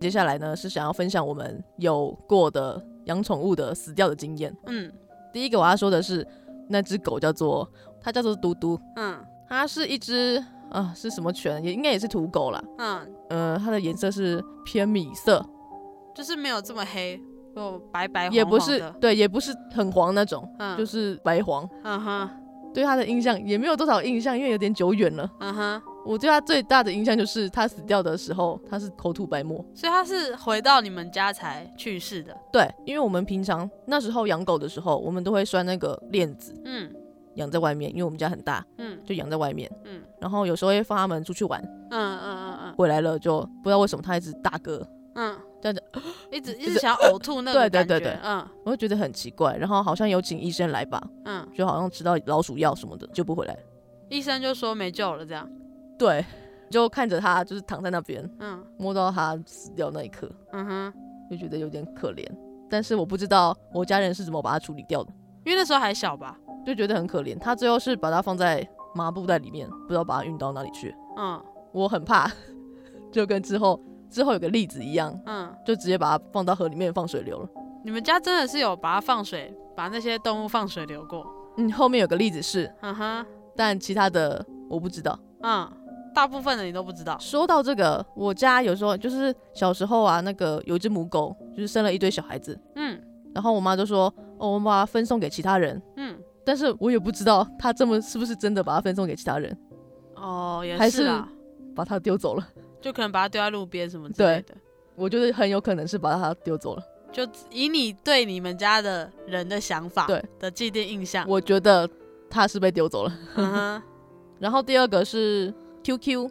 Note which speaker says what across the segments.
Speaker 1: 接下来呢是想要分享我们有过的养宠物的死掉的经验。
Speaker 2: 嗯
Speaker 1: 第一个我要说的是，那只狗叫做它叫做嘟嘟，
Speaker 2: 嗯
Speaker 1: 它是一只啊是什么犬？也应该也是土狗啦。
Speaker 2: 嗯，
Speaker 1: 呃，它的颜色是偏米色，
Speaker 2: 就是没有这么黑，就白白黄黄的
Speaker 1: 也不是对，也不是很黄那种，
Speaker 2: 嗯，
Speaker 1: 就是白黄。
Speaker 2: 嗯哼
Speaker 1: 对它的印象也没有多少印象，因为有点久远了。
Speaker 2: 嗯哼，
Speaker 1: 我对它最大的印象就是它死掉的时候，它是口吐白沫。
Speaker 2: 所以他是回到你们家才去世的。
Speaker 1: 对，因为我们平常那时候养狗的时候，我们都会拴那个链子
Speaker 2: 嗯
Speaker 1: 养在外面，因为我们家很大，
Speaker 2: 嗯
Speaker 1: 就养在外面。
Speaker 2: 嗯
Speaker 1: 然后有时候会放它们出去玩，
Speaker 2: 嗯嗯嗯
Speaker 1: 回来了就不知道为什么它一直大嗝，
Speaker 2: 嗯嗯，
Speaker 1: 这样子
Speaker 2: 一直一
Speaker 1: 就
Speaker 2: 直
Speaker 1: 是
Speaker 2: 想呕吐那
Speaker 1: 对对
Speaker 2: 个感
Speaker 1: 对
Speaker 2: 觉。
Speaker 1: 对
Speaker 2: 嗯
Speaker 1: 我就觉得很奇怪。然后好像有请医生来吧，
Speaker 2: 嗯，
Speaker 1: 就好像吃到老鼠药什么的就不回来。
Speaker 2: 医生就说没救了，这样。
Speaker 1: 对，就看着它就是躺在那边，
Speaker 2: 嗯
Speaker 1: 摸到它死掉那一刻，
Speaker 2: 嗯哼，
Speaker 1: 就觉得有点可怜。但是我不知道我家人是怎么把它处理掉的，
Speaker 2: 因为那时候还小吧。
Speaker 1: 就觉得很可怜。他最后是把它放在麻布袋里面，不知道把它运到哪里去。
Speaker 2: 嗯
Speaker 1: 我很怕，就跟之后之后有个例子一样，
Speaker 2: 嗯，
Speaker 1: 就直接把它放到河里面放水流了。
Speaker 2: 你们家真的是有把它放水，把那些动物放水流过。
Speaker 1: 嗯，后面有个例子是，
Speaker 2: 嗯哼
Speaker 1: 但其他的我不知道。
Speaker 2: 嗯，大部分的你都不知道。
Speaker 1: 说到这个，我家有时候就是小时候啊，那个有一只母狗，就是生了一堆小孩子，
Speaker 2: 嗯
Speaker 1: 然后我妈就说，哦，我们把它分送给其他人，
Speaker 2: 嗯，
Speaker 1: 但是我也不知道她这么是不是真的把它分送给其他人，
Speaker 2: 哦也
Speaker 1: 还
Speaker 2: 是啦。
Speaker 1: 把它丢走了。
Speaker 2: 就可能把它丢在路边什么之类的。
Speaker 1: 我觉得很有可能是把它丢走了。
Speaker 2: 就以你对你们家的人的想法，
Speaker 1: 对
Speaker 2: 的既定印象，
Speaker 1: 我觉得它是被丢走了。
Speaker 2: 嗯哼，
Speaker 1: 然后第二个是 QQ，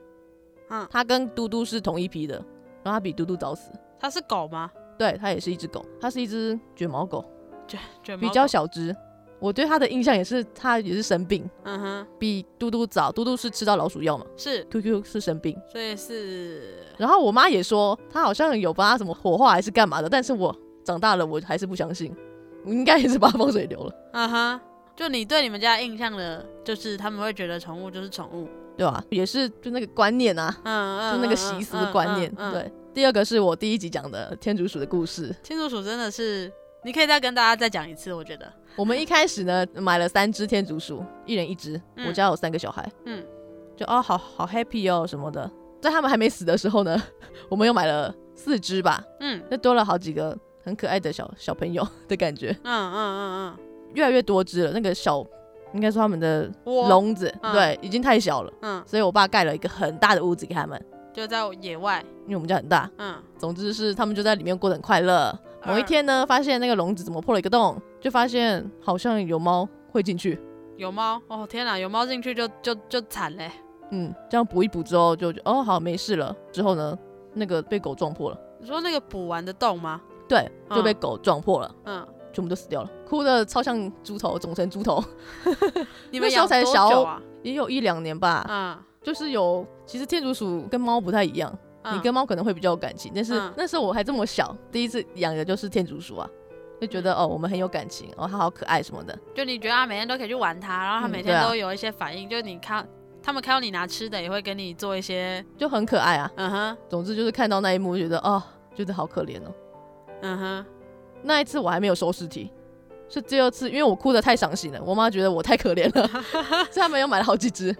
Speaker 2: 嗯
Speaker 1: 它跟嘟嘟是同一批的，然后它比嘟嘟早死。
Speaker 2: 它是狗吗？
Speaker 1: 对，它也是一只狗，它是一只卷毛狗，
Speaker 2: 卷毛
Speaker 1: 比较
Speaker 2: 狗，
Speaker 1: 小只。我对它的印象也是，它也是生病，
Speaker 2: 嗯哼，
Speaker 1: 比嘟嘟早。嘟嘟是吃到老鼠药嘛
Speaker 2: 是，
Speaker 1: ，QQ 是生病。
Speaker 2: 所以是，
Speaker 1: 然后我妈也说，她好像有把它什么火化还是干嘛的，但是我长大了，我还是不相信，我应该也是把它放水流了，
Speaker 2: 嗯哼，就你对你们家的印象的，就是他们会觉得宠物就是宠物，
Speaker 1: 对吧、也是就那个观念啊，
Speaker 2: 嗯嗯，
Speaker 1: 就那个
Speaker 2: 嗯
Speaker 1: 习俗的观念。，
Speaker 2: 嗯嗯嗯嗯
Speaker 1: 对，第二个是我第一集讲的天竺鼠的故事。
Speaker 2: 天竺鼠真的是，你可以再跟大家再讲一次，我觉得，
Speaker 1: 我们一开始呢买了三只天竺鼠，一人一只。
Speaker 2: 嗯
Speaker 1: 我家有三个小孩，
Speaker 2: 嗯，
Speaker 1: 就哦好好 happy 哦什么的。在他们还没死的时候呢， 我们又买了四只吧，
Speaker 2: 嗯
Speaker 1: 那多了好几个很可爱的小小朋友 的感觉，
Speaker 2: 嗯嗯嗯
Speaker 1: 越来越多只了。那个小应该说他们的
Speaker 2: 嗯，我，
Speaker 1: 笼子，
Speaker 2: 嗯
Speaker 1: 对，已经太小了，
Speaker 2: 嗯，
Speaker 1: 所以我爸盖了一个很大的屋子给他们，
Speaker 2: 就在野外，
Speaker 1: 因为我们家很大。
Speaker 2: 嗯
Speaker 1: 总之是他们就在里面过得很快乐。某一天呢，发现那个笼子怎么破了一个洞，就发现好像有猫会进去。
Speaker 2: 有猫，哦天哪，有猫进去就就就惨嘞，
Speaker 1: 嗯，这样补一补之后就觉得哦好没事了。之后呢，那个被狗撞破了，
Speaker 2: 你说那个补完的洞吗？
Speaker 1: 对，就被
Speaker 2: 嗯
Speaker 1: 狗撞破了，
Speaker 2: 嗯，
Speaker 1: 全部都死掉了，哭的超像猪头，肿成猪头，
Speaker 2: 你
Speaker 1: 那
Speaker 2: 们
Speaker 1: 时候
Speaker 2: 养
Speaker 1: 才
Speaker 2: 多
Speaker 1: 小哦
Speaker 2: 久啊？
Speaker 1: 也有一两年吧。
Speaker 2: 嗯，
Speaker 1: 就是有，其实天竺鼠跟猫不太一样，你
Speaker 2: 嗯
Speaker 1: 跟猫可能会比较有感情，但是
Speaker 2: 嗯
Speaker 1: 那时候我还这么小，第一次养的就是天竺鼠啊，就觉
Speaker 2: 嗯
Speaker 1: 得哦我们很有感情，哦它好可爱什么的。
Speaker 2: 就你觉得它每天都可以去玩它，然后它
Speaker 1: 嗯
Speaker 2: 每
Speaker 1: 对
Speaker 2: 天
Speaker 1: 啊
Speaker 2: 都有一些反应，就你看他们看到你拿吃的，也会跟你做一些，
Speaker 1: 就很可爱啊。
Speaker 2: 嗯哼，
Speaker 1: 总之就是看到那一幕，觉得哦，觉得好可怜哦。
Speaker 2: 嗯哼，
Speaker 1: 那一次我还没有收尸体，是第二次，因为我哭得太伤心了，我妈觉得我太可怜了， 所以他们又买了好几只，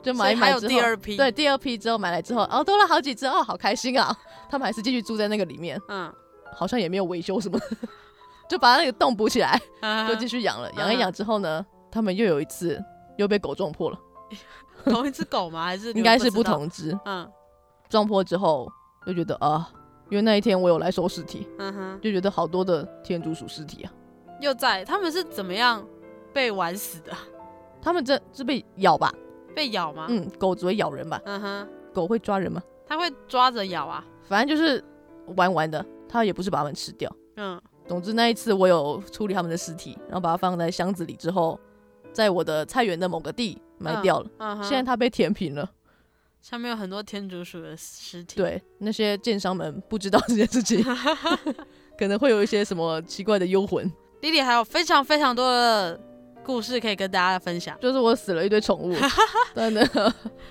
Speaker 1: 就
Speaker 2: 所
Speaker 1: 买
Speaker 2: 以
Speaker 1: 一
Speaker 2: 还
Speaker 1: 买
Speaker 2: 有
Speaker 1: 之后，
Speaker 2: 第二批，
Speaker 1: 对，第二批之后买来之后，哦，多了好几只，哦，好开心啊！他们还是继续住在那个里面，
Speaker 2: 嗯，
Speaker 1: 好像也没有维修什么的， 就把那个洞补起来，
Speaker 2: 嗯
Speaker 1: 就
Speaker 2: 哼
Speaker 1: 继续养了。养一养之后呢，他们又有一次又被狗撞破了，
Speaker 2: 同一只狗吗？还是你
Speaker 1: 应
Speaker 2: 们
Speaker 1: 该是不
Speaker 2: 知道？
Speaker 1: 同只。
Speaker 2: 嗯
Speaker 1: 撞破之后就觉得啊，因为那一天我有来收尸体，
Speaker 2: 嗯哼，
Speaker 1: 就觉得好多的天竺鼠尸体啊，
Speaker 2: 又在他们是怎么样被玩死的？
Speaker 1: 他们这是被咬吧？
Speaker 2: 被咬吗？
Speaker 1: 嗯，狗只会咬人吧？
Speaker 2: 嗯哼，
Speaker 1: 狗会抓人吗？
Speaker 2: 它会抓着咬啊，
Speaker 1: 反正就是玩玩的，它也不是把它们吃掉。
Speaker 2: 嗯
Speaker 1: 总之那一次我有处理它们的尸体，然后把它放在箱子里之后，在我的菜园的某个地埋掉了。
Speaker 2: 嗯哼，
Speaker 1: 现在它被填平了，
Speaker 2: 下面有很多天竺鼠的尸体，
Speaker 1: 对那些建商们不知道 这件事 情，可能会有一些什么奇怪的幽魂。
Speaker 2: 莉莉还有非常非常多的故事可以跟大家分享。
Speaker 1: 就是我死了一堆宠物，真的。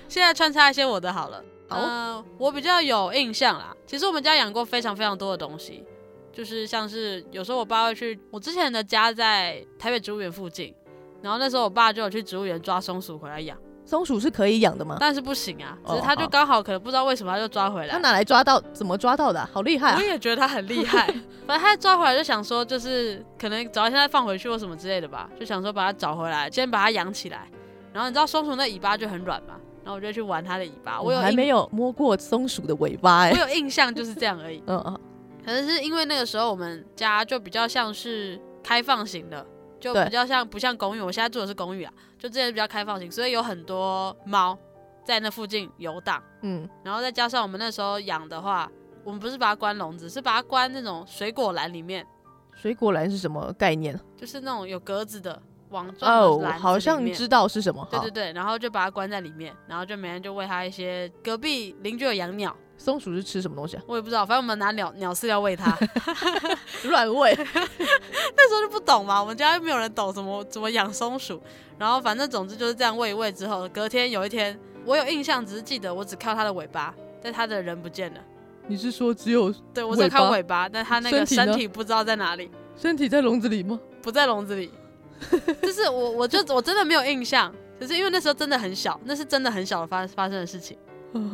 Speaker 2: 现在穿插一些我的好了。
Speaker 1: 好，
Speaker 2: 呃，我比较有印象啦。其实我们家养过非常非常多的东西，就是像是有时候我爸会去我之前的家在台北植物园附近，然后那时候我爸就有去植物园抓松鼠回来养，
Speaker 1: 松鼠是可以养的吗？
Speaker 2: 但是不行啊，只
Speaker 1: 哦
Speaker 2: 是他就
Speaker 1: 好
Speaker 2: 刚好可能不知道为什么他就抓回来
Speaker 1: 它。哪来抓到？怎么抓到的啊、好厉害啊
Speaker 2: 我！也觉得他很厉害， 反正他抓回来就想说，就是可能找一下再放回去或什么之类的吧，就想说把它找回来，先把它养起来。然后你知道松鼠那尾巴就很软嘛，然后我就去玩它的尾巴。我有
Speaker 1: 还
Speaker 2: 印
Speaker 1: 没有摸过松鼠的尾巴哎、
Speaker 2: 我有印象就是这样而 已。
Speaker 1: 嗯嗯，
Speaker 2: 可能是因为那个时候我们家就比较像是开放型的，就
Speaker 1: 对
Speaker 2: 比较像不像公寓。我现在住的是公寓啊，就之前比较开放型，所以有很多猫在那附近游荡。
Speaker 1: 嗯，
Speaker 2: 然后再加上我们那时候养的话，我们不是把它关笼子，是把它关那种水果篮里面，
Speaker 1: 水果篮是什么概念？
Speaker 2: 就是那种有格子的网状
Speaker 1: 哦
Speaker 2: 的篮子里面、，
Speaker 1: 好像知道是什么。
Speaker 2: 对
Speaker 1: 好
Speaker 2: 对对，然后就把它关在里面，然后就每天就喂它一些隔壁邻居有养鸟，
Speaker 1: 松鼠是吃什么东西 啊？
Speaker 2: 我也不知道，反正我们拿鸟鸟饲料喂 它，
Speaker 1: 乱喂。
Speaker 2: 那时候就不懂嘛，我们家又没有人懂怎么怎么养松鼠，然后反正总之就是这样喂一喂之后，隔天有一天我有印象，只是记得我只看到它的尾巴，但它的人不见了。
Speaker 1: 你是说只有
Speaker 2: 对我只有看
Speaker 1: 尾巴
Speaker 2: 尾巴，但它那个
Speaker 1: 身体呢
Speaker 2: 身体不知道在哪里，
Speaker 1: 身体在笼子里吗？
Speaker 2: 不在笼子里。 就是我我就我真的没有印象，就是因为那时候真的很小，那是真的很小的发发生的 事情。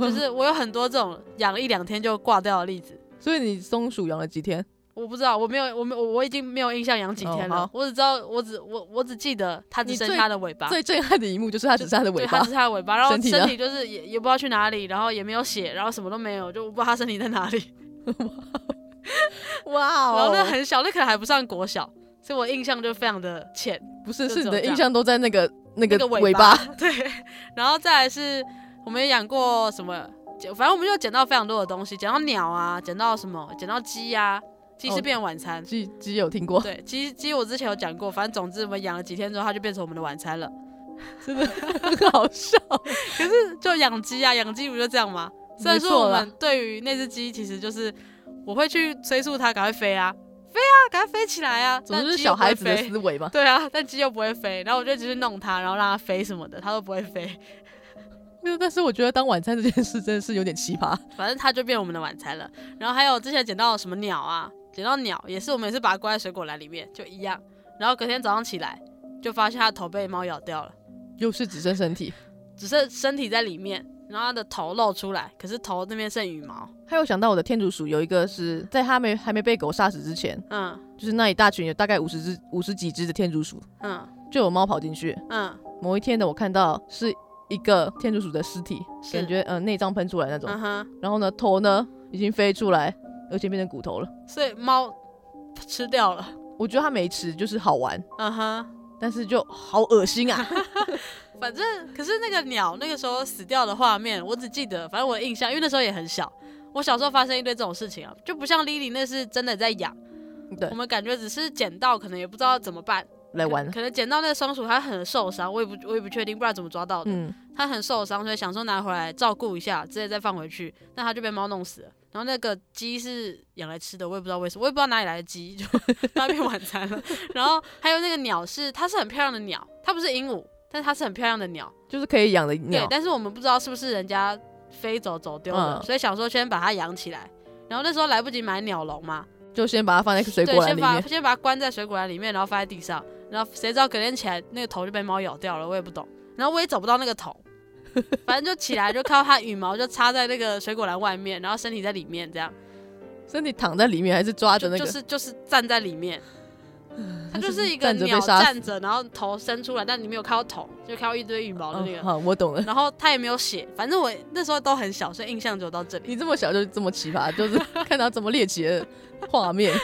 Speaker 2: 就是我有很多这种养一两天就挂掉的例子，
Speaker 1: 所以你松鼠养了几 天？
Speaker 2: 我不知道，我没有，我没有，我我已经没有印象养几天了，
Speaker 1: 哦好
Speaker 2: 我只知道，我只我我只记得它只
Speaker 1: 你
Speaker 2: 剩
Speaker 1: 最
Speaker 2: 它的尾巴，
Speaker 1: 最震撼的一幕就是它只是它的尾
Speaker 2: 对，它
Speaker 1: 巴
Speaker 2: 啊只，是它的尾巴，然 后
Speaker 1: 身体呢
Speaker 2: 身体就是也也不知道去哪里，然后也没有血，然后什么都没有，就我不知道它身体在哪 里。
Speaker 1: 哇哦
Speaker 2: 然后那很小，那可能还不上国小，所以我印象就非常的浅。
Speaker 1: 不是，
Speaker 2: 就是
Speaker 1: 你
Speaker 2: 只有
Speaker 1: 的
Speaker 2: 这样
Speaker 1: 印象都在那个那
Speaker 2: 那
Speaker 1: 个
Speaker 2: 个
Speaker 1: 尾
Speaker 2: 巴，对，然后再来是我们也养过什么，捡反正我们就捡到非常多的东西，捡到鸟啊，捡到什么，捡到鸡啊，鸡是
Speaker 1: 哦
Speaker 2: 变晚 餐。
Speaker 1: 鸡鸡有听 过，
Speaker 2: 对，鸡鸡我之前有讲过，反正总之我们养了几天之后，它就变成我们的晚餐了。
Speaker 1: 真的很好 笑。
Speaker 2: 就养鸡啊，养鸡不就这样吗？虽然
Speaker 1: 没
Speaker 2: 说
Speaker 1: 错
Speaker 2: 我
Speaker 1: 啦
Speaker 2: 们对于那只鸡，其实就是我会去催促它赶快飞啊，飞啊，赶快飞起来啊。
Speaker 1: 总
Speaker 2: 但
Speaker 1: 之是
Speaker 2: 鸡又
Speaker 1: 小
Speaker 2: 不会
Speaker 1: 孩子的
Speaker 2: 飞
Speaker 1: 思维嘛。
Speaker 2: 对啊，但鸡又不会飞，然后我就只是弄它，然后让它飞什么的，它都不会飞。
Speaker 1: 没有，但是我觉得当晚餐这件事真的是有点奇 葩。
Speaker 2: 反正它就变我们的晚餐了。然后还有之前捡到什么鸟啊，捡到鸟也是我们也是把它关在水果篮里面，就一样。然后隔天早上起来，就发现它的头被猫咬掉了。
Speaker 1: 又是只剩身体，
Speaker 2: 只剩身体在里面，然后它的头露出来，可是头那边剩羽毛。
Speaker 1: 还有想到我的天竺鼠有一个是在它没还没被狗杀死之前，
Speaker 2: 嗯
Speaker 1: 就是那一大群有大概五十只、五十几只的天竺鼠，
Speaker 2: 嗯
Speaker 1: 就有猫跑进去。
Speaker 2: 嗯
Speaker 1: 某一天呢，我看到是一个天竺鼠的尸体，
Speaker 2: 是
Speaker 1: 感觉呃内脏喷出来那种，
Speaker 2: 嗯哼，
Speaker 1: 然后呢头呢已经飞出来，而且变成骨头了。
Speaker 2: 所以猫吃掉了。
Speaker 1: 我觉得它没吃，就是好玩，
Speaker 2: 嗯哼，
Speaker 1: 但是就好恶心 啊！
Speaker 2: 反正可是那个鸟那个时候死掉的画面，我只记得，反正我的印象，因为那时候也很小。我小时候发生一堆这种事情啊，就不像 Lily 那是真的在养，
Speaker 1: 对
Speaker 2: 我，们感觉只是捡到，可能也不知道怎么办，
Speaker 1: 来玩
Speaker 2: 可。可能捡到那个松鼠它很受伤，我也不我也不确定，不知道怎么抓到的。
Speaker 1: 嗯，
Speaker 2: 它很受伤，所以想说拿回来照顾一下，直接再放回去，但它就被猫弄死了。然后那个鸡是养来吃的，我也不知道为什么，我也不知道哪里来的鸡，就 它变晚餐 了。然后还有那个鸟是，它是很漂亮的鸟，它不是鹦鹉，但是它是很漂亮的鸟。
Speaker 1: 嗯就是可以养的
Speaker 2: 对
Speaker 1: 鸟，，
Speaker 2: 但是我们不知道是不是人家飞走走丢了，
Speaker 1: 嗯
Speaker 2: 所以想说先把它养起来。然后那时候来不及买鸟笼嘛，
Speaker 1: 就先把它放在水
Speaker 2: 对，
Speaker 1: 果篮
Speaker 2: 先
Speaker 1: 里
Speaker 2: 把
Speaker 1: 面。
Speaker 2: 先把它关在水果篮里面，然后放在地上。然后谁知道隔天起来那个头就被猫咬掉了，我也不懂。然后我也找不到那个头，反正就起来就看到它羽毛就插在那个水果篮外面，然后身体在里面这样，
Speaker 1: 身体躺在里面还是抓着那
Speaker 2: 就
Speaker 1: 个？
Speaker 2: 是就是站在里面。它就是一个
Speaker 1: 站着被
Speaker 2: 鸟
Speaker 1: 杀死
Speaker 2: 站着，然后头伸出来，但你没有看到头，就看到一堆羽毛的那
Speaker 1: 嗯，
Speaker 2: 个。
Speaker 1: 好，我懂了。
Speaker 2: 然后它也没有血，反正我那时候都很小，所以印象只有到这里。
Speaker 1: 你这么小就这么奇葩， 就是看到这么猎奇的画面，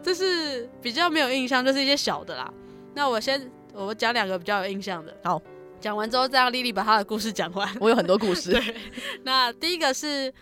Speaker 2: 这是比较没有印象，就是一些小的啦。那我先我讲两个比较有印象的。
Speaker 1: 好，
Speaker 2: 讲完之后再让丽丽把她的故事讲完。
Speaker 1: 我有很多故事。
Speaker 2: 对， 那第一个是，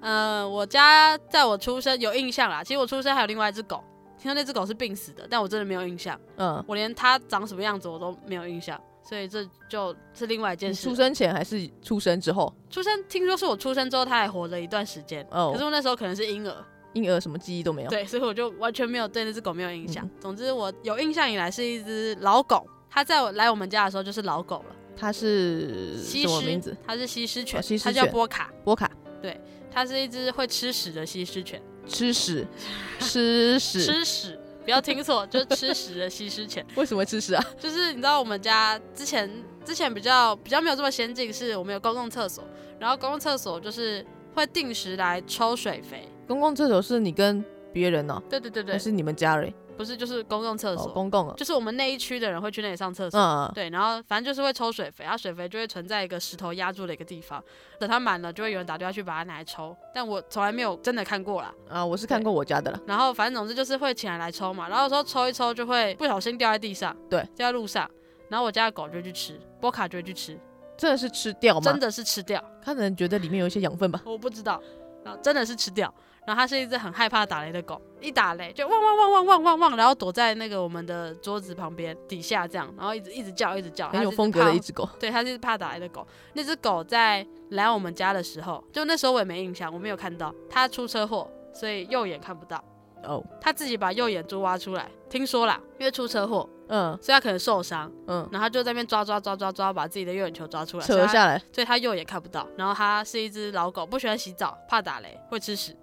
Speaker 2: 呃，我家在我出生有印象啦。其实我出生还有另外一只狗，听说那只狗是病死的，但我真的没有印象，
Speaker 1: 嗯，
Speaker 2: 我连它长什么样子我都没有印象，所以这就是另外一件
Speaker 1: 你
Speaker 2: 事。
Speaker 1: 出生前还是出生之后？
Speaker 2: 出生听说是我出生之后，它还活了一段时间，可是
Speaker 1: 哦，
Speaker 2: 我那时候可能是婴儿，
Speaker 1: 婴儿什么记忆都没有。
Speaker 2: 对，所以我就完全没有对那只狗没有印象。
Speaker 1: 嗯
Speaker 2: 总之，我有印象以来是一只老狗，它在我来我们家的时候就是老狗了，
Speaker 1: 他是
Speaker 2: 西
Speaker 1: 呃什么名
Speaker 2: 施
Speaker 1: 字？，
Speaker 2: 它是西施犬，
Speaker 1: 哦西施
Speaker 2: 它叫
Speaker 1: 犬
Speaker 2: 波卡。
Speaker 1: 波卡。
Speaker 2: 对，它是一只会吃屎的西施犬，
Speaker 1: 吃屎， 吃屎，
Speaker 2: 吃屎。不要听错，就是吃屎的西施犬。
Speaker 1: 为什么会吃屎啊？
Speaker 2: 就是你知道我们家之前之前比较比较没有这么先进，是我们有公共厕所，然后公共厕所就是会定时来抽水肥。
Speaker 1: 公共厕所是你跟别人呢、
Speaker 2: 对对对
Speaker 1: 还
Speaker 2: 对，
Speaker 1: 是你们家人？
Speaker 2: 不是就是公共厕
Speaker 1: 哦，
Speaker 2: 所，
Speaker 1: 公共啊，
Speaker 2: 就是我们那一区的人会去那里上厕所。
Speaker 1: 嗯，
Speaker 2: 对，然后反正就是会抽水肥，然后啊水肥就会存在一个石头压住的一个地方，等它满了就会有人打电话去把它拿来抽，但我从来没有真的看过啦。
Speaker 1: 啊，我是看过我家的了，
Speaker 2: 然后反正总之就是会请人来抽嘛，然后有时候抽一抽就会不小心掉在地上，
Speaker 1: 对，
Speaker 2: 掉在路上，然后我家的狗就会去吃，波卡就会去吃，
Speaker 1: 真的是吃掉吗
Speaker 2: 真？的是吃掉，
Speaker 1: 他可能觉得里面有一些养分吧。
Speaker 2: 我不知道，然后真的是吃掉。然后它是一只很害怕打雷的狗，一打雷就汪汪汪汪汪汪汪，然后躲在那个我们的桌子旁边底下这样，然后一直一直叫一直叫，
Speaker 1: 很
Speaker 2: 它
Speaker 1: 有
Speaker 2: 哦是
Speaker 1: 风格的
Speaker 2: 怕
Speaker 1: 一只狗，
Speaker 2: 对，它就是怕打雷的狗。那只狗在来我们家的时候，就那时候我也没印象，我没有看到它出车祸，所以右眼看不到。
Speaker 1: 哦，
Speaker 2: 它自己把右眼珠挖出来，听说啦，因为出车祸，
Speaker 1: 嗯
Speaker 2: 所以它可能受伤，
Speaker 1: 嗯，
Speaker 2: 然后它就在那边抓抓抓抓抓，把自己的右眼球抓出来，所以
Speaker 1: 扯
Speaker 2: 它，
Speaker 1: 下来，
Speaker 2: 所以它右眼看不到。然后它是一只老狗，不喜欢洗澡，怕打雷，会吃屎，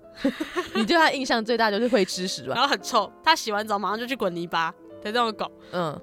Speaker 1: 你对它印象最大就是会吃屎吧？
Speaker 2: 然后很臭。它洗完澡马上就去滚泥巴的这种狗，
Speaker 1: 嗯，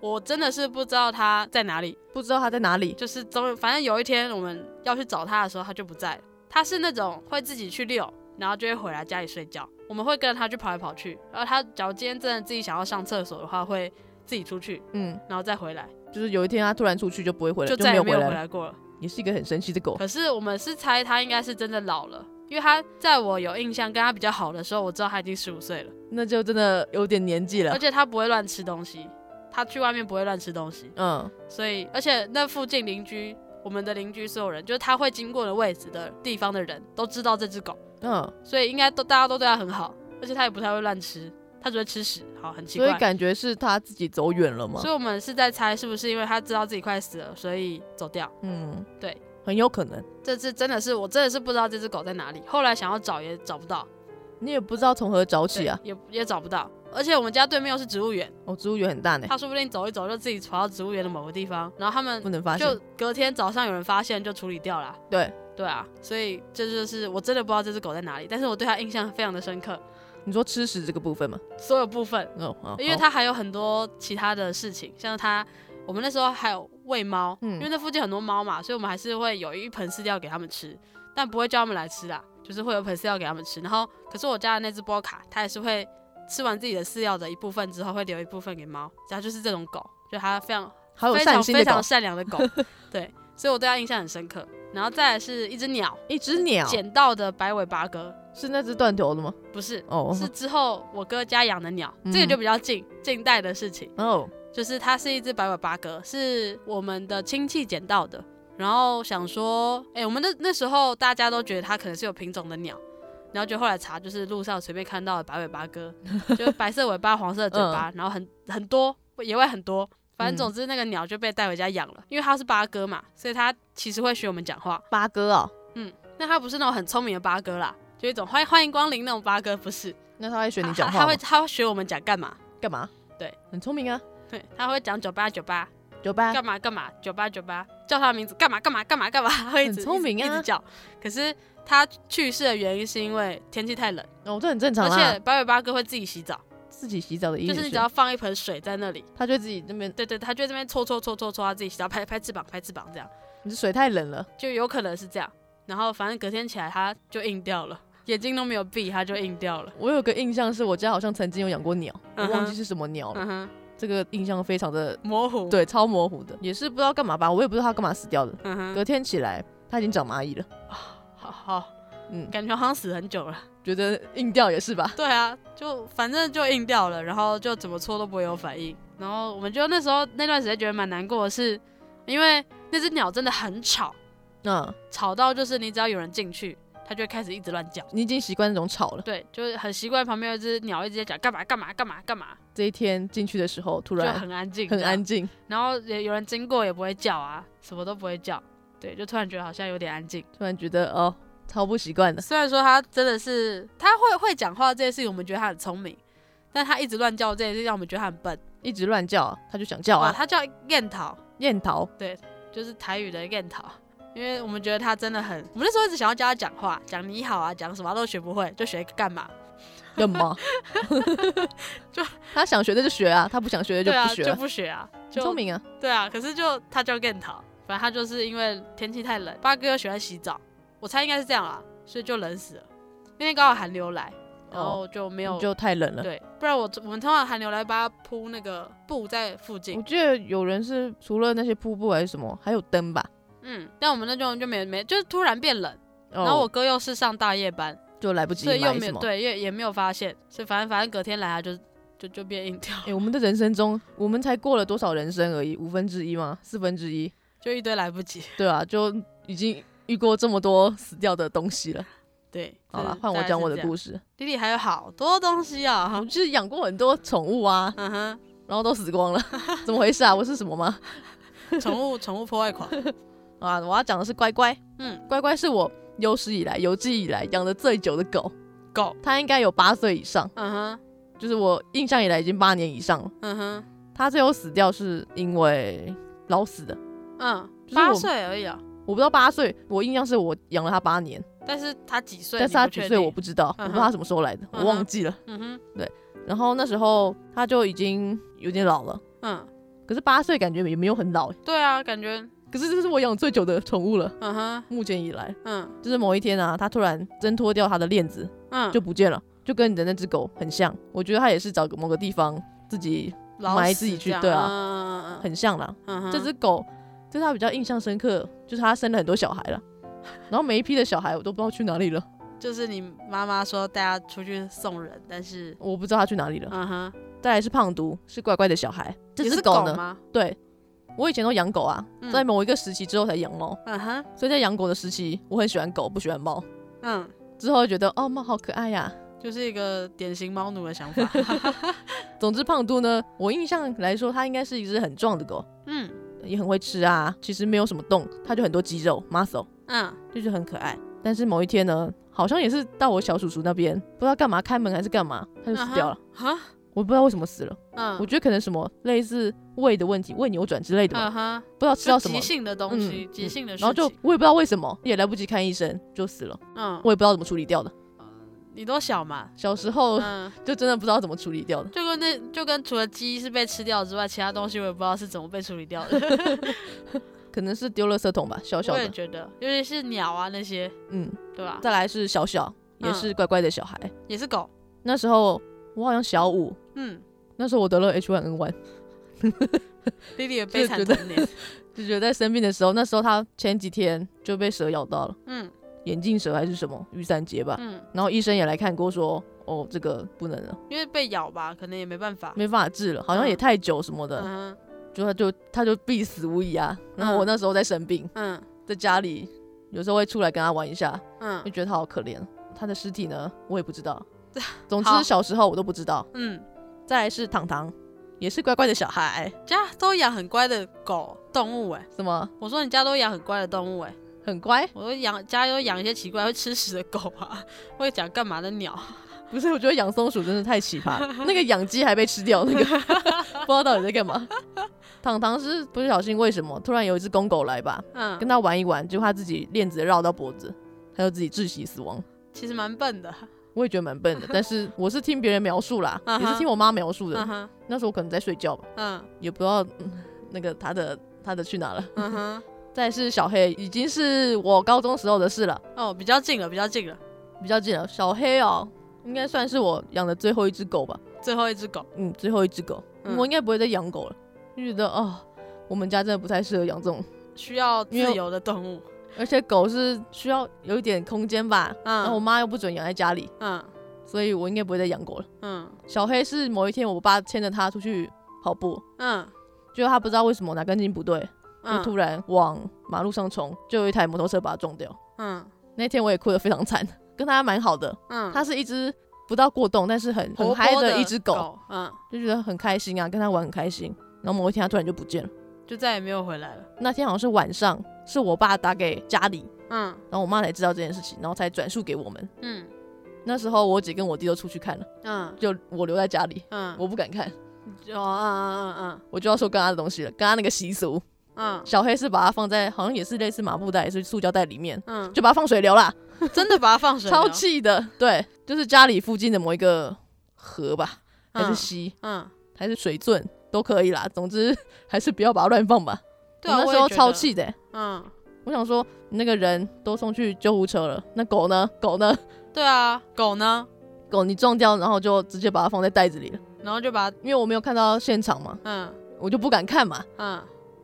Speaker 2: 我真的是不知道它在哪里。
Speaker 1: 不知道它在哪里，
Speaker 2: 就是总反正有一天我们要去找他的时候，他就不在了。他是那种会自己去遛，然后就会回来家里睡觉。我们会跟着他去跑来跑去，然后他假如今天真的自己想要上厕所的话，会自己出去，
Speaker 1: 嗯，
Speaker 2: 然后再回来，
Speaker 1: 就是有一天它突然出去就不会回来，
Speaker 2: 就
Speaker 1: 就
Speaker 2: 再也
Speaker 1: 有
Speaker 2: 没
Speaker 1: 回
Speaker 2: 有
Speaker 1: 来
Speaker 2: 回
Speaker 1: 了，
Speaker 2: 来过了。
Speaker 1: 也是一个很神奇的狗。
Speaker 2: 可是我们是猜他应该是真的老了，因为他在我有印象跟他比较好的时候，我知道他已经十五岁了，
Speaker 1: 那就真的有点年纪了
Speaker 2: 而。且他不会乱吃东西，他去外面不会乱吃东西，
Speaker 1: 嗯，
Speaker 2: 所以而且那附近邻居。我们的邻居所有人，就是他会经过的位置的地方的人都知道这只狗，
Speaker 1: 嗯，
Speaker 2: 所以应该都大家都对它很好，而且它也不太会乱吃，它只会吃屎，好，很奇
Speaker 1: 所以
Speaker 2: 怪。
Speaker 1: 感觉是它自己走远了嘛
Speaker 2: 所。以我们是在猜是不是因为它知道自己快死了，所以走掉。
Speaker 1: 嗯，
Speaker 2: 对，
Speaker 1: 很有可能。
Speaker 2: 这次真的是我真的是不知道这只狗在哪里，后来想要找也找不到，
Speaker 1: 你也不知道从何找
Speaker 2: 对
Speaker 1: 起啊。
Speaker 2: 也也找不到。而且我们家对面又是植物园，
Speaker 1: 哦，植物园很大呢，
Speaker 2: 它说不定走一走就自己跑到植物园的某个地方，然后他们
Speaker 1: 不能发现
Speaker 2: 就。隔天早上有人发现就处理掉了。
Speaker 1: 对，
Speaker 2: 对啊，所以这就是我真的不知道这只狗在哪里，但是我对它印象非常的深刻，
Speaker 1: 你说吃屎这个部分嘛？
Speaker 2: 所有部分
Speaker 1: 哦，好
Speaker 2: 因为
Speaker 1: 好
Speaker 2: 它还有很多其他的事情，像它，我们那时候还有喂猫，
Speaker 1: 嗯
Speaker 2: 因为那附近很多猫嘛，所以我们还是会有一盆饲料给它们吃，但不会叫它们来吃啦，就是会有一盆饲料给它们吃。然后，可是我家的那只波卡，它也是会吃完自己的饲料的一部分之后，会留一部分给猫，它就是这种狗，就它非常
Speaker 1: 好有
Speaker 2: 非
Speaker 1: 哦善
Speaker 2: 常
Speaker 1: 心的
Speaker 2: 非
Speaker 1: 狗
Speaker 2: 常，善良的 狗，对，所以我对它印象很深刻。然后再来是一只鸟，
Speaker 1: 一只鸟
Speaker 2: 捡到的白尾八哥，
Speaker 1: 是那只断头的吗？
Speaker 2: 不是。
Speaker 1: 哦，
Speaker 2: 是之后我哥家养的鸟，
Speaker 1: 嗯
Speaker 2: 这个就比较近近代的事情。
Speaker 1: 哦，
Speaker 2: 就是它是一只白尾八哥，是我们的亲戚捡到的。然后想说，哎、我们那那时候大家都觉得它可能是有品种的鸟，然后就后来查，就是路上随便看到的白尾八 哥，就是白色尾巴、黄色的嘴巴，然后很很多，野外很多。反
Speaker 1: 嗯
Speaker 2: 正总之，那个鸟就被带回家养了，因为它是八哥嘛，所以它其实会学我们讲话。
Speaker 1: 八哥哦，
Speaker 2: 那它不是那种很聪明的八哥啦，就一种欢 欢迎光临那种八哥，不是？
Speaker 1: 那它会学你
Speaker 2: 它
Speaker 1: 讲话
Speaker 2: 它啊会
Speaker 1: 吗？
Speaker 2: 它会学我们讲干嘛？
Speaker 1: 干嘛？
Speaker 2: 对，
Speaker 1: 很聪明啊，
Speaker 2: 对，它会讲九八九八，
Speaker 1: 九八
Speaker 2: 干嘛干嘛，九八九八，叫他的名字干嘛干嘛干嘛干嘛，他会一直
Speaker 1: 很聪明啊
Speaker 2: 一直一直叫。可是他去世的原因是因为天气太冷，
Speaker 1: 哦，这很正常
Speaker 2: 而
Speaker 1: 啊
Speaker 2: 且，白尾八哥会自己洗澡，
Speaker 1: 自己洗澡的意
Speaker 2: 就
Speaker 1: 思
Speaker 2: 是你只要放一盆水在那里，
Speaker 1: 它就自己那边，
Speaker 2: 对对，他就在那边搓搓搓搓搓，他自己洗澡，拍拍翅膀拍翅膀这样，
Speaker 1: 你水太冷了，
Speaker 2: 就有可能是这样。然后反正隔天起来他就硬掉了，眼睛都没有闭，他就硬掉了。
Speaker 1: 我有个印象是我家好像曾经有养过鸟，我
Speaker 2: 嗯哼
Speaker 1: 忘记是什么鸟了，
Speaker 2: 嗯哼，
Speaker 1: 这个印象非常的
Speaker 2: 模糊。，
Speaker 1: 对，超模糊的，也是不知道干嘛吧，我也不知道它干嘛死掉的。
Speaker 2: 嗯哼，
Speaker 1: 隔天起来，它已经长蚂蚁了，
Speaker 2: 好好，
Speaker 1: 嗯，
Speaker 2: 感觉好像死很久了。
Speaker 1: 觉得硬掉也是吧？
Speaker 2: 对啊，就反正就硬掉了，然后就怎么搓都不会有反应。然后我们就那时候那段时间觉得蛮难过的是，因为那只鸟真的很吵，
Speaker 1: 嗯，
Speaker 2: 吵到就是你只要有人进去，它就会开始一直乱叫。
Speaker 1: 你已经习惯那种吵了。
Speaker 2: 对，就是很习惯旁边有一只鸟一直在讲干嘛干嘛干嘛干嘛，
Speaker 1: 这一天进去的时候，突
Speaker 2: 就
Speaker 1: 然
Speaker 2: 很安静，
Speaker 1: 很安
Speaker 2: 静。
Speaker 1: 静，
Speaker 2: 然后也有人经过也不会叫啊，什么都不会叫。对，就突然觉得好像有点安静。
Speaker 1: 突然觉得哦，超不习惯的。
Speaker 2: 虽然说它真的是它会会讲话这件事情，我们觉得它很聪明，但它一直乱叫这件事情让我们觉得它很笨。
Speaker 1: 一直啊乱叫，他就想叫
Speaker 2: 哦
Speaker 1: 啊，
Speaker 2: 它叫燕桃。
Speaker 1: 燕桃
Speaker 2: 就是台语的燕桃，因为我们觉得他真的很，我们那时候一直想要教他讲话，讲你好啊，讲什么他都学不会，就学干嘛？
Speaker 1: 干嘛？
Speaker 2: 就
Speaker 1: 他想学的就学啊，他不想学的
Speaker 2: 对
Speaker 1: 就
Speaker 2: 啊，
Speaker 1: 不学
Speaker 2: 就
Speaker 1: 啊。
Speaker 2: 不学啊，
Speaker 1: 很聪
Speaker 2: 就
Speaker 1: 明啊，
Speaker 2: 对啊。可是就他就更讨，反正他就是因为天气太冷，八哥又喜欢洗澡，我猜应该是这样啦，所以就冷死了。那天刚好寒流来，然后就没有、
Speaker 1: 哦你就太冷了。
Speaker 2: 对，不然我我们通常寒流来把它铺那个布在附
Speaker 1: 我
Speaker 2: 近，
Speaker 1: 记得有人是除了那些瀑布还是什么，还有灯吧。
Speaker 2: 嗯，但我们那种就没没，就是突然变冷，
Speaker 1: 然
Speaker 2: 然后我哥又是上大夜班，
Speaker 1: 哦就来不及
Speaker 2: 所以又
Speaker 1: 买
Speaker 2: 没
Speaker 1: 什
Speaker 2: 有
Speaker 1: 么。
Speaker 2: 对，也也没有发现，所以反正反正隔天来他就就就变硬掉，
Speaker 1: 哎、我们的人生中，我们才过了多少人生而已，五分之一吗？四分之一？
Speaker 2: 就一堆来不及。
Speaker 1: 对啊，就已经遇过这么多死掉的东西了。
Speaker 2: 对，
Speaker 1: 好了，换我讲我的故
Speaker 2: 事。
Speaker 1: 事。
Speaker 2: 弟弟还有好多东西
Speaker 1: 我
Speaker 2: 啊，
Speaker 1: 就是养过很多宠物啊，
Speaker 2: 嗯
Speaker 1: 然后都死光了， 怎么回事啊？我是什么吗？
Speaker 2: 哼，宠物宠物破坏狂，
Speaker 1: 啊，我要讲的是乖乖。
Speaker 2: 嗯，
Speaker 1: 乖乖是我有史以来、有记以来养的最久的狗，
Speaker 2: 狗，
Speaker 1: 它应该有八岁以上，
Speaker 2: 嗯哼，
Speaker 1: 就是我印象以来已经八年以上了。
Speaker 2: 嗯哼，
Speaker 1: 它最后死掉是因为老死的，
Speaker 2: 嗯，
Speaker 1: 就是我
Speaker 2: 八岁而已啊，
Speaker 1: 我不知道八岁，我印象是我养了它八年，
Speaker 2: 但是他几岁？
Speaker 1: 但是它几岁我
Speaker 2: 我，
Speaker 1: 不知道，我
Speaker 2: 嗯哼
Speaker 1: 不知道它什么时候来的，
Speaker 2: 嗯
Speaker 1: 我忘记了。
Speaker 2: 嗯哼，
Speaker 1: 然后那时候它就已经有点老了，
Speaker 2: 嗯，
Speaker 1: 可是八岁感觉也没有很老，欸
Speaker 2: 对啊，感觉，
Speaker 1: 可是这是我养最久的宠物了，
Speaker 2: 嗯哼，
Speaker 1: 目前以来。
Speaker 2: 嗯
Speaker 1: 就是某一天啊，它突然挣脱掉它的链子，
Speaker 2: 嗯，
Speaker 1: 就不见了，就跟你的那只狗很像。我觉得它也是找个某个地方自己
Speaker 2: 老
Speaker 1: 埋
Speaker 2: 死
Speaker 1: 自己去
Speaker 2: 这样
Speaker 1: 对啊
Speaker 2: 嗯嗯嗯
Speaker 1: 很像啦。
Speaker 2: 嗯哼，
Speaker 1: 这只狗，这是它比较印象深刻，就是它生了很多小孩了，然后每一批的小孩我都不知道去哪里了，
Speaker 2: 就是你妈妈说带他出去送人，但是，
Speaker 1: 我不知道它去哪里了。
Speaker 2: 嗯哼，
Speaker 1: 再来是胖嘟，是乖乖的小孩。这
Speaker 2: 也
Speaker 1: 只
Speaker 2: 是狗
Speaker 1: 呢？
Speaker 2: 吗？
Speaker 1: 对，我以前都养狗啊，
Speaker 2: 嗯
Speaker 1: 在某一个时期之后才养猫，
Speaker 2: 嗯哼，
Speaker 1: 所以在养狗的时期，我很喜欢狗，不喜欢猫。
Speaker 2: 嗯，
Speaker 1: 之后就觉得哦，猫好可爱呀、
Speaker 2: 就是一个典型猫奴的想 法。
Speaker 1: 总之，胖嘟呢，我印象来说，它应该是一只很壮的狗，
Speaker 2: 嗯
Speaker 1: 也很会吃啊。其实没有什么动，它就很多肌肉 muscle，
Speaker 2: 嗯
Speaker 1: 就是很可爱。但是某一天呢，好像也是到我小叔叔那边，不知道干嘛开门还是干嘛，它就死掉了。
Speaker 2: 哈，
Speaker 1: 我不知道为什么死了，
Speaker 2: 嗯，
Speaker 1: 我觉得可能什么类似胃的问题，胃扭转之类的吧，
Speaker 2: 嗯哼，
Speaker 1: 不知道吃到
Speaker 2: 就
Speaker 1: 什
Speaker 2: 急
Speaker 1: 么，
Speaker 2: 性的东
Speaker 1: 嗯
Speaker 2: 西，急性的事
Speaker 1: 然
Speaker 2: 情，
Speaker 1: 后就我也不知道为什么，也来不及看医生就死了，
Speaker 2: 嗯，
Speaker 1: 我也不知道怎么处理掉的。
Speaker 2: 你多小嘛，
Speaker 1: 小时候
Speaker 2: 嗯，
Speaker 1: 就真的不知道怎么处理掉的，
Speaker 2: 就跟那就跟除了鸡是被吃掉之外，其他东西我也不知道是怎么被处理掉的，
Speaker 1: 可能是丢垃圾桶吧， 小小
Speaker 2: 我也
Speaker 1: 的，
Speaker 2: 觉得，尤其是鸟啊那些，
Speaker 1: 嗯。
Speaker 2: 对吧？
Speaker 1: 再来是小小，也
Speaker 2: 嗯
Speaker 1: 是乖乖的小孩。
Speaker 2: 也是狗，
Speaker 1: 那时候我好像小五，
Speaker 2: 嗯，
Speaker 1: 那时候我得了 H1N1，
Speaker 2: 莉莉的悲惨
Speaker 1: 就觉得
Speaker 2: 童年，
Speaker 1: 就觉得在生病的时候，那时候他前几天就被蛇咬到了，
Speaker 2: 嗯
Speaker 1: 眼镜蛇还是什么雨伞节吧。
Speaker 2: 嗯，
Speaker 1: 然后医生也来看过说，哦，这个不能了，
Speaker 2: 因为被咬吧，可能也没办法，
Speaker 1: 没办法治了，好像也
Speaker 2: 嗯
Speaker 1: 太久什么的，
Speaker 2: 嗯哼
Speaker 1: 就他就他就必死无疑啊。然后我那时候在生病，
Speaker 2: 嗯
Speaker 1: 在家里有时候会出来跟他玩一下，就
Speaker 2: 嗯
Speaker 1: 觉得他好可怜。他的尸体呢，我也不知道。总
Speaker 2: 好
Speaker 1: 之小时候我都不知道。
Speaker 2: 嗯，
Speaker 1: 再来是糖糖，也是乖乖的小孩，
Speaker 2: 家都养很乖的狗动物哎、
Speaker 1: 什么
Speaker 2: 我说你家都养很乖的动物哎、
Speaker 1: 很乖，
Speaker 2: 我都养家都养一些奇怪会吃屎的狗啊， 会讲干嘛的鸟，啊
Speaker 1: 不是，我觉得养松鼠真的太奇 葩了。那个养鸡还被吃掉，那个 不知道到底在干嘛。 糖糖是不小心为什么突然有一只公狗来吧，
Speaker 2: 嗯，
Speaker 1: 跟它玩一玩，结果它自己链子绕到脖子，它就自己窒息死亡。
Speaker 2: 其实蛮笨的，
Speaker 1: 我也觉得蛮笨的，但是我是听别人描述啦，
Speaker 2: 嗯
Speaker 1: 也
Speaker 2: 哼
Speaker 1: 是听我妈描述
Speaker 2: 嗯
Speaker 1: 的。
Speaker 2: 哼，
Speaker 1: 那时候我可能在睡觉吧，
Speaker 2: 嗯
Speaker 1: 也不知道、嗯那个它的它的去哪了。
Speaker 2: 嗯哼，
Speaker 1: 再来是小黑，已经是我高中时候的事了，
Speaker 2: 哦，比较近了，比较近了，
Speaker 1: 比较近了。小黑哦，应该算是我养的最后一只狗吧。
Speaker 2: 最后一只狗，
Speaker 1: 嗯，最后一只狗，
Speaker 2: 嗯
Speaker 1: 我应该不会再养狗了，就觉得哦，我们家真的不太适合养这种，
Speaker 2: 需要自
Speaker 1: 因为
Speaker 2: 由的动物，
Speaker 1: 而且狗是需要有一点空间吧，然后我
Speaker 2: 嗯
Speaker 1: 妈又不准养在家里，
Speaker 2: 嗯
Speaker 1: 所以我应该不会再养狗了。
Speaker 2: 嗯
Speaker 1: 小黑是某一天我爸牵着它出去跑步，
Speaker 2: 嗯
Speaker 1: 结果他不知道为什么哪根筋不对，就
Speaker 2: 嗯
Speaker 1: 突然往马路上冲，就有一台摩托车把它撞掉。
Speaker 2: 嗯
Speaker 1: 那天我也哭得非常惨，跟它蛮好的，
Speaker 2: 嗯，
Speaker 1: 它是一只不到过动，但是很很
Speaker 2: 活
Speaker 1: 嗨
Speaker 2: 泼
Speaker 1: 的一只狗，
Speaker 2: 狗，嗯，
Speaker 1: 就觉得很开心啊，跟它玩很开心。然后某一天它突然就不见了。
Speaker 2: 就再也没有回来了，
Speaker 1: 那天好像是晚上，是我爸打给家里，
Speaker 2: 嗯
Speaker 1: 然后我妈才知道这件事情，然后才转述给我们。
Speaker 2: 嗯
Speaker 1: 那时候我姐跟我弟都出去看了，
Speaker 2: 嗯
Speaker 1: 就我留在家里，
Speaker 2: 嗯，
Speaker 1: 我不敢看，
Speaker 2: 哦嗯嗯嗯
Speaker 1: 我就要说刚刚的东西了，刚刚那个习俗
Speaker 2: 嗯
Speaker 1: 小黑是把它放在好像也是类似麻布袋，也是塑胶袋里面，
Speaker 2: 嗯，
Speaker 1: 就把它放水流啦，
Speaker 2: 真的把它放水流，
Speaker 1: 超气的。对，就是家里附近的某一个河吧，还是
Speaker 2: 嗯
Speaker 1: 溪，
Speaker 2: 嗯，
Speaker 1: 还是水圳都可以啦。总之还是不要把它乱放吧。
Speaker 2: 对啊，
Speaker 1: 我那
Speaker 2: 我
Speaker 1: 时
Speaker 2: 也
Speaker 1: 候
Speaker 2: 觉
Speaker 1: 超
Speaker 2: 得，
Speaker 1: 气的欸、
Speaker 2: 嗯，
Speaker 1: 我想说你那个人都送去救护车了，那狗呢？狗呢？
Speaker 2: 对啊，狗呢，
Speaker 1: 狗你撞掉，然后就直接把它放在袋子里了，
Speaker 2: 然后就把它，
Speaker 1: 因为我没有看到现场嘛，
Speaker 2: 嗯
Speaker 1: 我就不敢看嘛。
Speaker 2: 嗯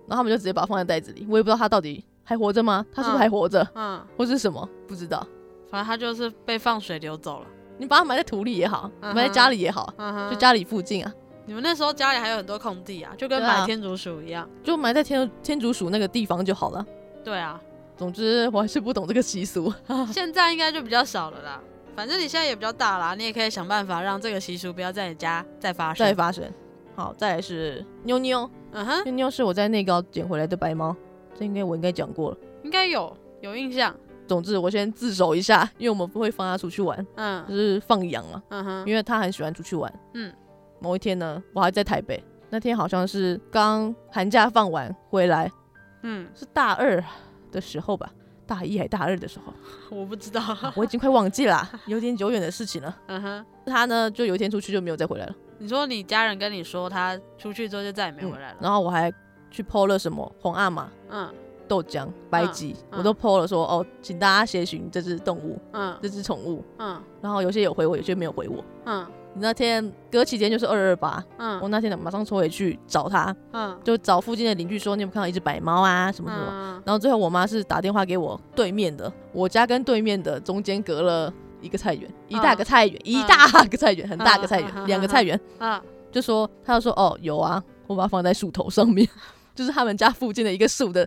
Speaker 1: 然后他们就直接把它放在袋子里，我也不知道它到底还活着吗？它是不是
Speaker 2: 嗯
Speaker 1: 还活着，
Speaker 2: 嗯，
Speaker 1: 或是什么？不知道。
Speaker 2: 反正它就是被放水流走了。
Speaker 1: 你把它埋在土里也好，
Speaker 2: 嗯哼
Speaker 1: 埋在家里也好，
Speaker 2: 嗯哼，
Speaker 1: 就家里附近啊，
Speaker 2: 你们那时候家里还有很多空地啊，就跟
Speaker 1: 对啊
Speaker 2: 买天竺鼠一样。
Speaker 1: 就埋在天天竺鼠那个地方就好了。
Speaker 2: 对啊，
Speaker 1: 总之，我还是不懂这个习俗。
Speaker 2: 现在应该就比较少了啦。反正你现在也比较大啦，你也可以想办法让这个习俗不要在你家再发生。
Speaker 1: 再发生。好，再来是妞妞，
Speaker 2: 嗯哼，
Speaker 1: 妞妞是我在内高捡回来的白猫，这应该我应该讲过了。
Speaker 2: 应该有有印象。
Speaker 1: 总之，我先自首一下， 因为我们不会放它出去玩，就
Speaker 2: 嗯
Speaker 1: 是放羊嘛，
Speaker 2: 嗯哼，
Speaker 1: 因为它很喜欢出去玩。
Speaker 2: 嗯，
Speaker 1: 某一天呢，我还在台北，那天好像是刚寒假放完回来，
Speaker 2: 嗯，
Speaker 1: 是大二的时候吧，大一还大二的时候，
Speaker 2: 我不知道。
Speaker 1: 我已经快忘记啦，有点久远的事情了。
Speaker 2: 嗯哼，
Speaker 1: 他呢，就有一天出去就没有再回来了。
Speaker 2: 你说你家人跟你说他出去之后就再也没回来了。
Speaker 1: 嗯然后我还去剖了什么红阿玛、
Speaker 2: 嗯
Speaker 1: 豆浆、白吉，
Speaker 2: 嗯
Speaker 1: 我都剖了说哦，请大家协寻这只动物、
Speaker 2: 嗯
Speaker 1: 这只宠物。
Speaker 2: 嗯
Speaker 1: 然后有些有回我，有些没有回我。
Speaker 2: 嗯
Speaker 1: 那天隔期间就是二二八，我
Speaker 2: 嗯
Speaker 1: 那天马上冲回去找他，
Speaker 2: 嗯
Speaker 1: 就找附近的邻居说你有没有看到一只白猫啊什么什么。
Speaker 2: 嗯，
Speaker 1: 然后最后我妈是打电话给我对面的，我家跟对面的中间隔了一个菜园，一大个菜园，一大个菜园，很大个菜
Speaker 2: 嗯嗯嗯嗯嗯
Speaker 1: 园，两个菜园，
Speaker 2: 啊
Speaker 1: 就说他就说哦有啊，我把它放在树头上面， 就是他们家附近的一个树的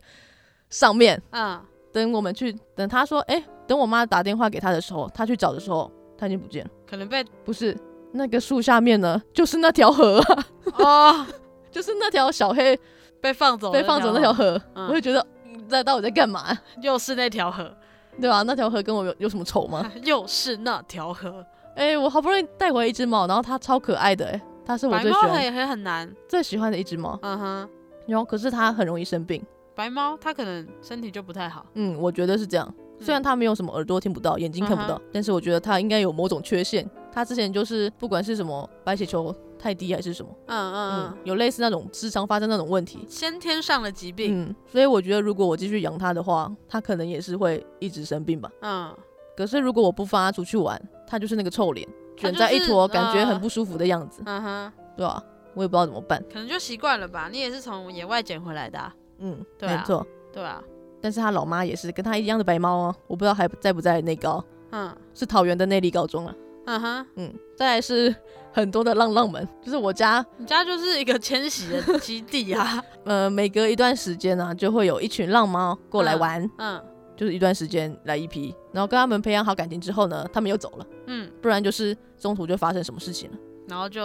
Speaker 1: 上面。
Speaker 2: 嗯
Speaker 1: 等我们去，等他说哎、等我妈打电话给他的时候，他去找的时候，他已经不见了。
Speaker 2: 可能被
Speaker 1: 不是那个树下面呢，就是那条河啊，
Speaker 2: 哦
Speaker 1: 就是那条小黑
Speaker 2: 被放走了
Speaker 1: 被放走那条河，
Speaker 2: 嗯
Speaker 1: 我就觉得。那到底在干嘛？
Speaker 2: 又是那条河，
Speaker 1: 对吧、啊那条河跟我有有什么仇 吗？
Speaker 2: 又是那条河。
Speaker 1: 哎、我好不容易带回一只猫，然后它超可爱的、哎，它是我
Speaker 2: 白
Speaker 1: 最喜
Speaker 2: 猫
Speaker 1: 欢
Speaker 2: 也也很难。
Speaker 1: 最喜欢的一只猫。
Speaker 2: 嗯哼，
Speaker 1: 然后可是它很容易生病，
Speaker 2: 白猫它可能身体就不太好。
Speaker 1: 嗯，我觉得是这样。虽然它没有什么耳朵听不到，眼睛看不到，
Speaker 2: 嗯
Speaker 1: 但是我觉得它应该有某种缺陷。它之前就是不管是什么白血球太低还是什么，
Speaker 2: 嗯嗯
Speaker 1: 嗯
Speaker 2: 嗯，，
Speaker 1: 有类似那种时常发生那种问题。
Speaker 2: 先天上的疾病。
Speaker 1: 嗯，所以我觉得如果我继续养它的话，它可能也是会一直生病吧。
Speaker 2: 嗯，
Speaker 1: 可是如果我不放它出去玩，它就是那个臭脸，
Speaker 2: 它
Speaker 1: 卷
Speaker 2: 就是
Speaker 1: 在一坨，感觉
Speaker 2: 呃
Speaker 1: 很不舒服的样子，
Speaker 2: 嗯哼，
Speaker 1: 对吧、我也不知道怎么办。
Speaker 2: 可能就习惯了吧。你也是从野外捡回来的、啊，
Speaker 1: 嗯，
Speaker 2: 对啊
Speaker 1: 没错。
Speaker 2: 对啊。
Speaker 1: 但是他老妈也是跟他一样的白猫哦，我不知道还在不在内高，
Speaker 2: 嗯
Speaker 1: 是桃园的内力高中啊。
Speaker 2: 嗯哼，
Speaker 1: 嗯，再来是很多的浪浪们，就是我家
Speaker 2: 你家就是一个迁徙的基地 啊。
Speaker 1: 呃每隔一段时间呢、就会有一群浪猫过来玩，
Speaker 2: 嗯
Speaker 1: 就是一段时间来一批，然后跟他们培养好感情之后呢，他们又走了，
Speaker 2: 嗯，
Speaker 1: 不然就是中途就发生什么事情了。
Speaker 2: 然后就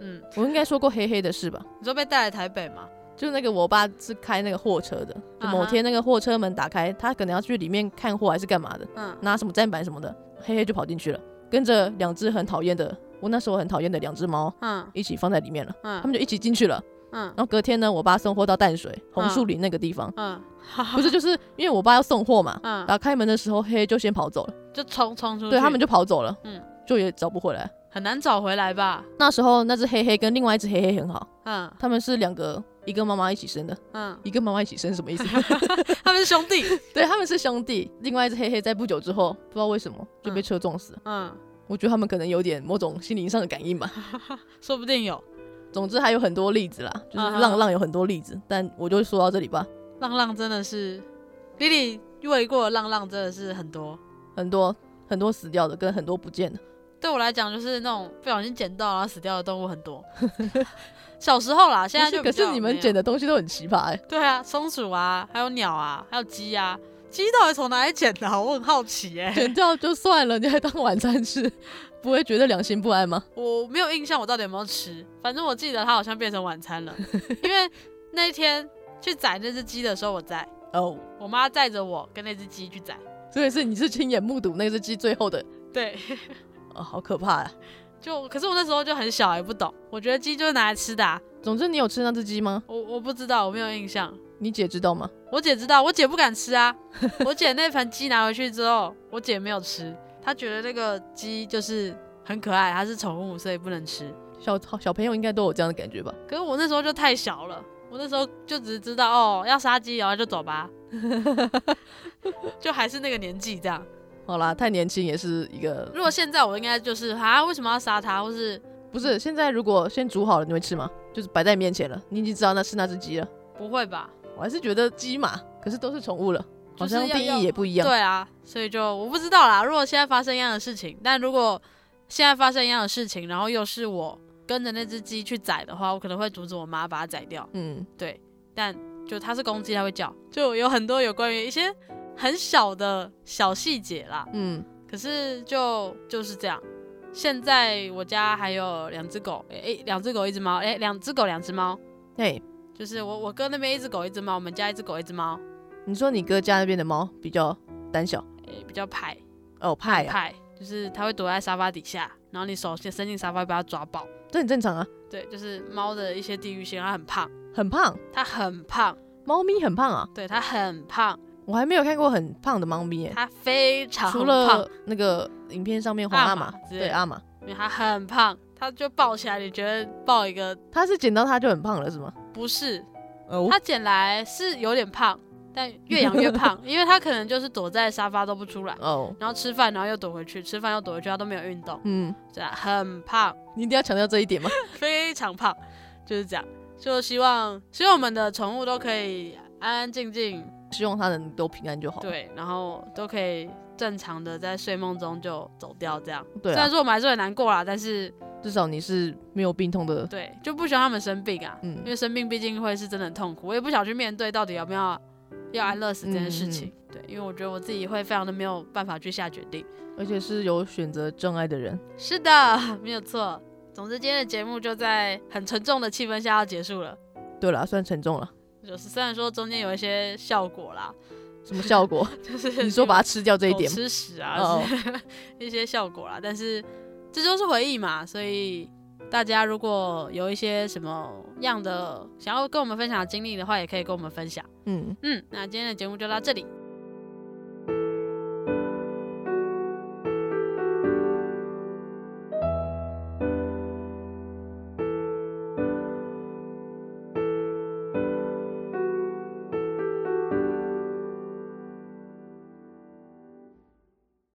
Speaker 2: 嗯，
Speaker 1: 我应该说过黑黑的事吧？
Speaker 2: 你说被带来台北嘛？
Speaker 1: 就那个我爸是开那个货车的，就某
Speaker 2: 啊哈
Speaker 1: 天那个货车门打开，他可能要去里面看货还是干嘛的，
Speaker 2: 嗯
Speaker 1: 拿什么站板什么的，黑黑就跑进去了，跟着两只很讨厌的，我那时候很讨厌的两只猫
Speaker 2: 嗯
Speaker 1: 一起放在里面了，他
Speaker 2: 嗯
Speaker 1: 们就一起进去了。
Speaker 2: 嗯
Speaker 1: 然后隔天呢，我爸送货到淡水红树林那个地方，
Speaker 2: 嗯
Speaker 1: 不是就是因为我爸要送货嘛，
Speaker 2: 嗯，
Speaker 1: 打开门的时候黑黑就先跑走了，
Speaker 2: 就冲冲出去，
Speaker 1: 对他们就跑走了，
Speaker 2: 嗯
Speaker 1: 就也找不回来。
Speaker 2: 很难找回来吧？
Speaker 1: 那时候那只黑黑跟另外一只黑黑很好，
Speaker 2: 嗯
Speaker 1: 他们是两个。一个妈妈一起生的，
Speaker 2: 嗯，
Speaker 1: 一个妈妈一起生什么意思？
Speaker 2: 他们是兄弟。
Speaker 1: 对，他们是兄弟。另外一只黑黑在不久之后，不知道为什么就被车撞死了。
Speaker 2: 嗯，
Speaker 1: 我觉得他们可能有点某种心灵上的感应 吧。
Speaker 2: 说不定有。
Speaker 1: 总之还有很多例子啦，就是
Speaker 2: 嗯哼
Speaker 1: 浪浪有很多例子，但我就说到这里吧。
Speaker 2: 浪浪真的是，Lily 喂过的浪浪真的是很多。
Speaker 1: 很多很多死掉的，跟很多不见的，
Speaker 2: 对我来讲，就是那种不小心捡到然后死掉的动物很 多。小时候啦，现在
Speaker 1: 不是
Speaker 2: 啊就
Speaker 1: 可
Speaker 2: 比较
Speaker 1: 是你们
Speaker 2: 没有
Speaker 1: 捡的东西都很奇葩哎、
Speaker 2: 对啊，松鼠啊，还有鸟啊，还有鸡啊，鸡到底从哪里捡的啊、我很好奇哎、
Speaker 1: 捡掉就算了，你还当晚餐吃，不会觉得良心不安吗？
Speaker 2: 我没有印象我到底有没有吃，反正我记得它好像变成 晚餐了，因为那一天去宰那只鸡的时候我在，
Speaker 1: 哦，
Speaker 2: 我妈载着我跟那只鸡去宰，
Speaker 1: 所以是你是亲眼目睹那只鸡最后的，
Speaker 2: 对，
Speaker 1: 哦，好可怕呀、
Speaker 2: 就可是我那时候就很小也不懂，我觉得鸡就是拿来吃的、啊，
Speaker 1: 总之你有吃那只鸡吗？
Speaker 2: 我我不知道，我没有印象。
Speaker 1: 你姐知道吗？
Speaker 2: 我姐知道，我姐不敢吃啊。我姐那盘鸡拿回去之后，我姐没有吃，她觉得那个鸡就是很可爱，它是宠物，所以不能吃。
Speaker 1: 小小朋友应该都有这样的感觉吧？
Speaker 2: 可是我那时候就太小了，我那时候就只知道哦，要杀鸡，然后就走吧， 就还是那个年纪这样。
Speaker 1: 好啦，太年轻也是一个，
Speaker 2: 如果现在我应该就是啊，为什么要杀它，或是
Speaker 1: 不是现在如果先煮好了，你会吃吗？就是摆在你面前了，你已经知道那是那只鸡了。
Speaker 2: 不会吧？
Speaker 1: 我还是觉得鸡嘛，可是都是宠物了，好
Speaker 2: 就是
Speaker 1: 像
Speaker 2: 要
Speaker 1: 定
Speaker 2: 要
Speaker 1: 义也不一样。
Speaker 2: 对啊，所以就我不知道啦。如果现在发生一样的事情，但如果现在发生一样的事情，然后又是我跟着那只鸡去宰的话，我可能会阻止我妈把它宰掉。
Speaker 1: 嗯，
Speaker 2: 但就它是公鸡，它会叫，就有很多有关于一些很小的小细节啦。
Speaker 1: 嗯，
Speaker 2: 可是就就是这样。现在我家还有两只狗，诶、诶两只狗，一只猫，诶、两只狗，两只猫，
Speaker 1: 嘿，
Speaker 2: 就是我我哥那边一只狗，一只猫，我们家一只狗，一只猫，
Speaker 1: 你说你哥家那边的猫比较胆小
Speaker 2: 诶、比较排。
Speaker 1: 哦，怕呀，
Speaker 2: 派，就是它会躲在沙发底下，然后你手先伸进沙发会被它抓爆。
Speaker 1: 这很正常啊，
Speaker 2: 对，就是猫的一些地域性，它很胖，
Speaker 1: 很胖，
Speaker 2: 它很胖，
Speaker 1: 猫咪很胖啊，
Speaker 2: 对，它很胖，
Speaker 1: 我还没有看过很胖的猫咪耶，
Speaker 2: 它非常
Speaker 1: 除
Speaker 2: 胖
Speaker 1: 了，那个影片上面黄
Speaker 2: 阿
Speaker 1: 阿
Speaker 2: 玛
Speaker 1: 玛，
Speaker 2: 之类
Speaker 1: 对
Speaker 2: 的
Speaker 1: 阿玛，
Speaker 2: 因为它很胖，它就抱起来，你觉得抱一个
Speaker 1: 他是捡到它就很胖了是吗？
Speaker 2: 不是，
Speaker 1: 哦，
Speaker 2: 它捡来是有点胖，但越养越 胖，因为它可能就是躲在沙发都不出来，
Speaker 1: 哦，
Speaker 2: 然后吃饭，然后又躲回去，吃饭又躲回去，它都没有运动，
Speaker 1: 嗯，
Speaker 2: 对啊，很胖。
Speaker 1: 你一定要强调这一点吗？
Speaker 2: 非常胖，就是这样。就希望希望我们的宠物都可以安安静静，
Speaker 1: 希望它能都平安就好。
Speaker 2: 对，然后都可以正常的在睡梦中就走掉，这样。
Speaker 1: 对
Speaker 2: 虽然
Speaker 1: 啊，
Speaker 2: 说我们还是很难过啦，但是
Speaker 1: 至少你是没有病痛的，
Speaker 2: 对，就不希望他们生病啊，
Speaker 1: 嗯
Speaker 2: 因为生病毕竟会是真的很痛苦。我也不想去面对到底要不要要安乐死这件事情，
Speaker 1: 嗯
Speaker 2: 对，因为我觉得我自己会非常的没有办法去下决定。
Speaker 1: 而且是有选择障碍的人。
Speaker 2: 是的， 没有错。总之，今天的节目就在很沉重的气氛下要结束了，
Speaker 1: 对啦，算沉重了，
Speaker 2: 就是虽然说中间有一些效果啦，
Speaker 1: 什 么效果？
Speaker 2: 就是
Speaker 1: 你说把它吃掉这一
Speaker 2: 狗
Speaker 1: 点吗，
Speaker 2: 吃屎啊，
Speaker 1: 哦
Speaker 2: 一些效果啦。但是这就是回忆嘛，所以大家如果有一些什么样的想要跟我们分享的经历的话，也可以跟我们分享。
Speaker 1: 嗯，
Speaker 2: 嗯，那今天的节目就到这里，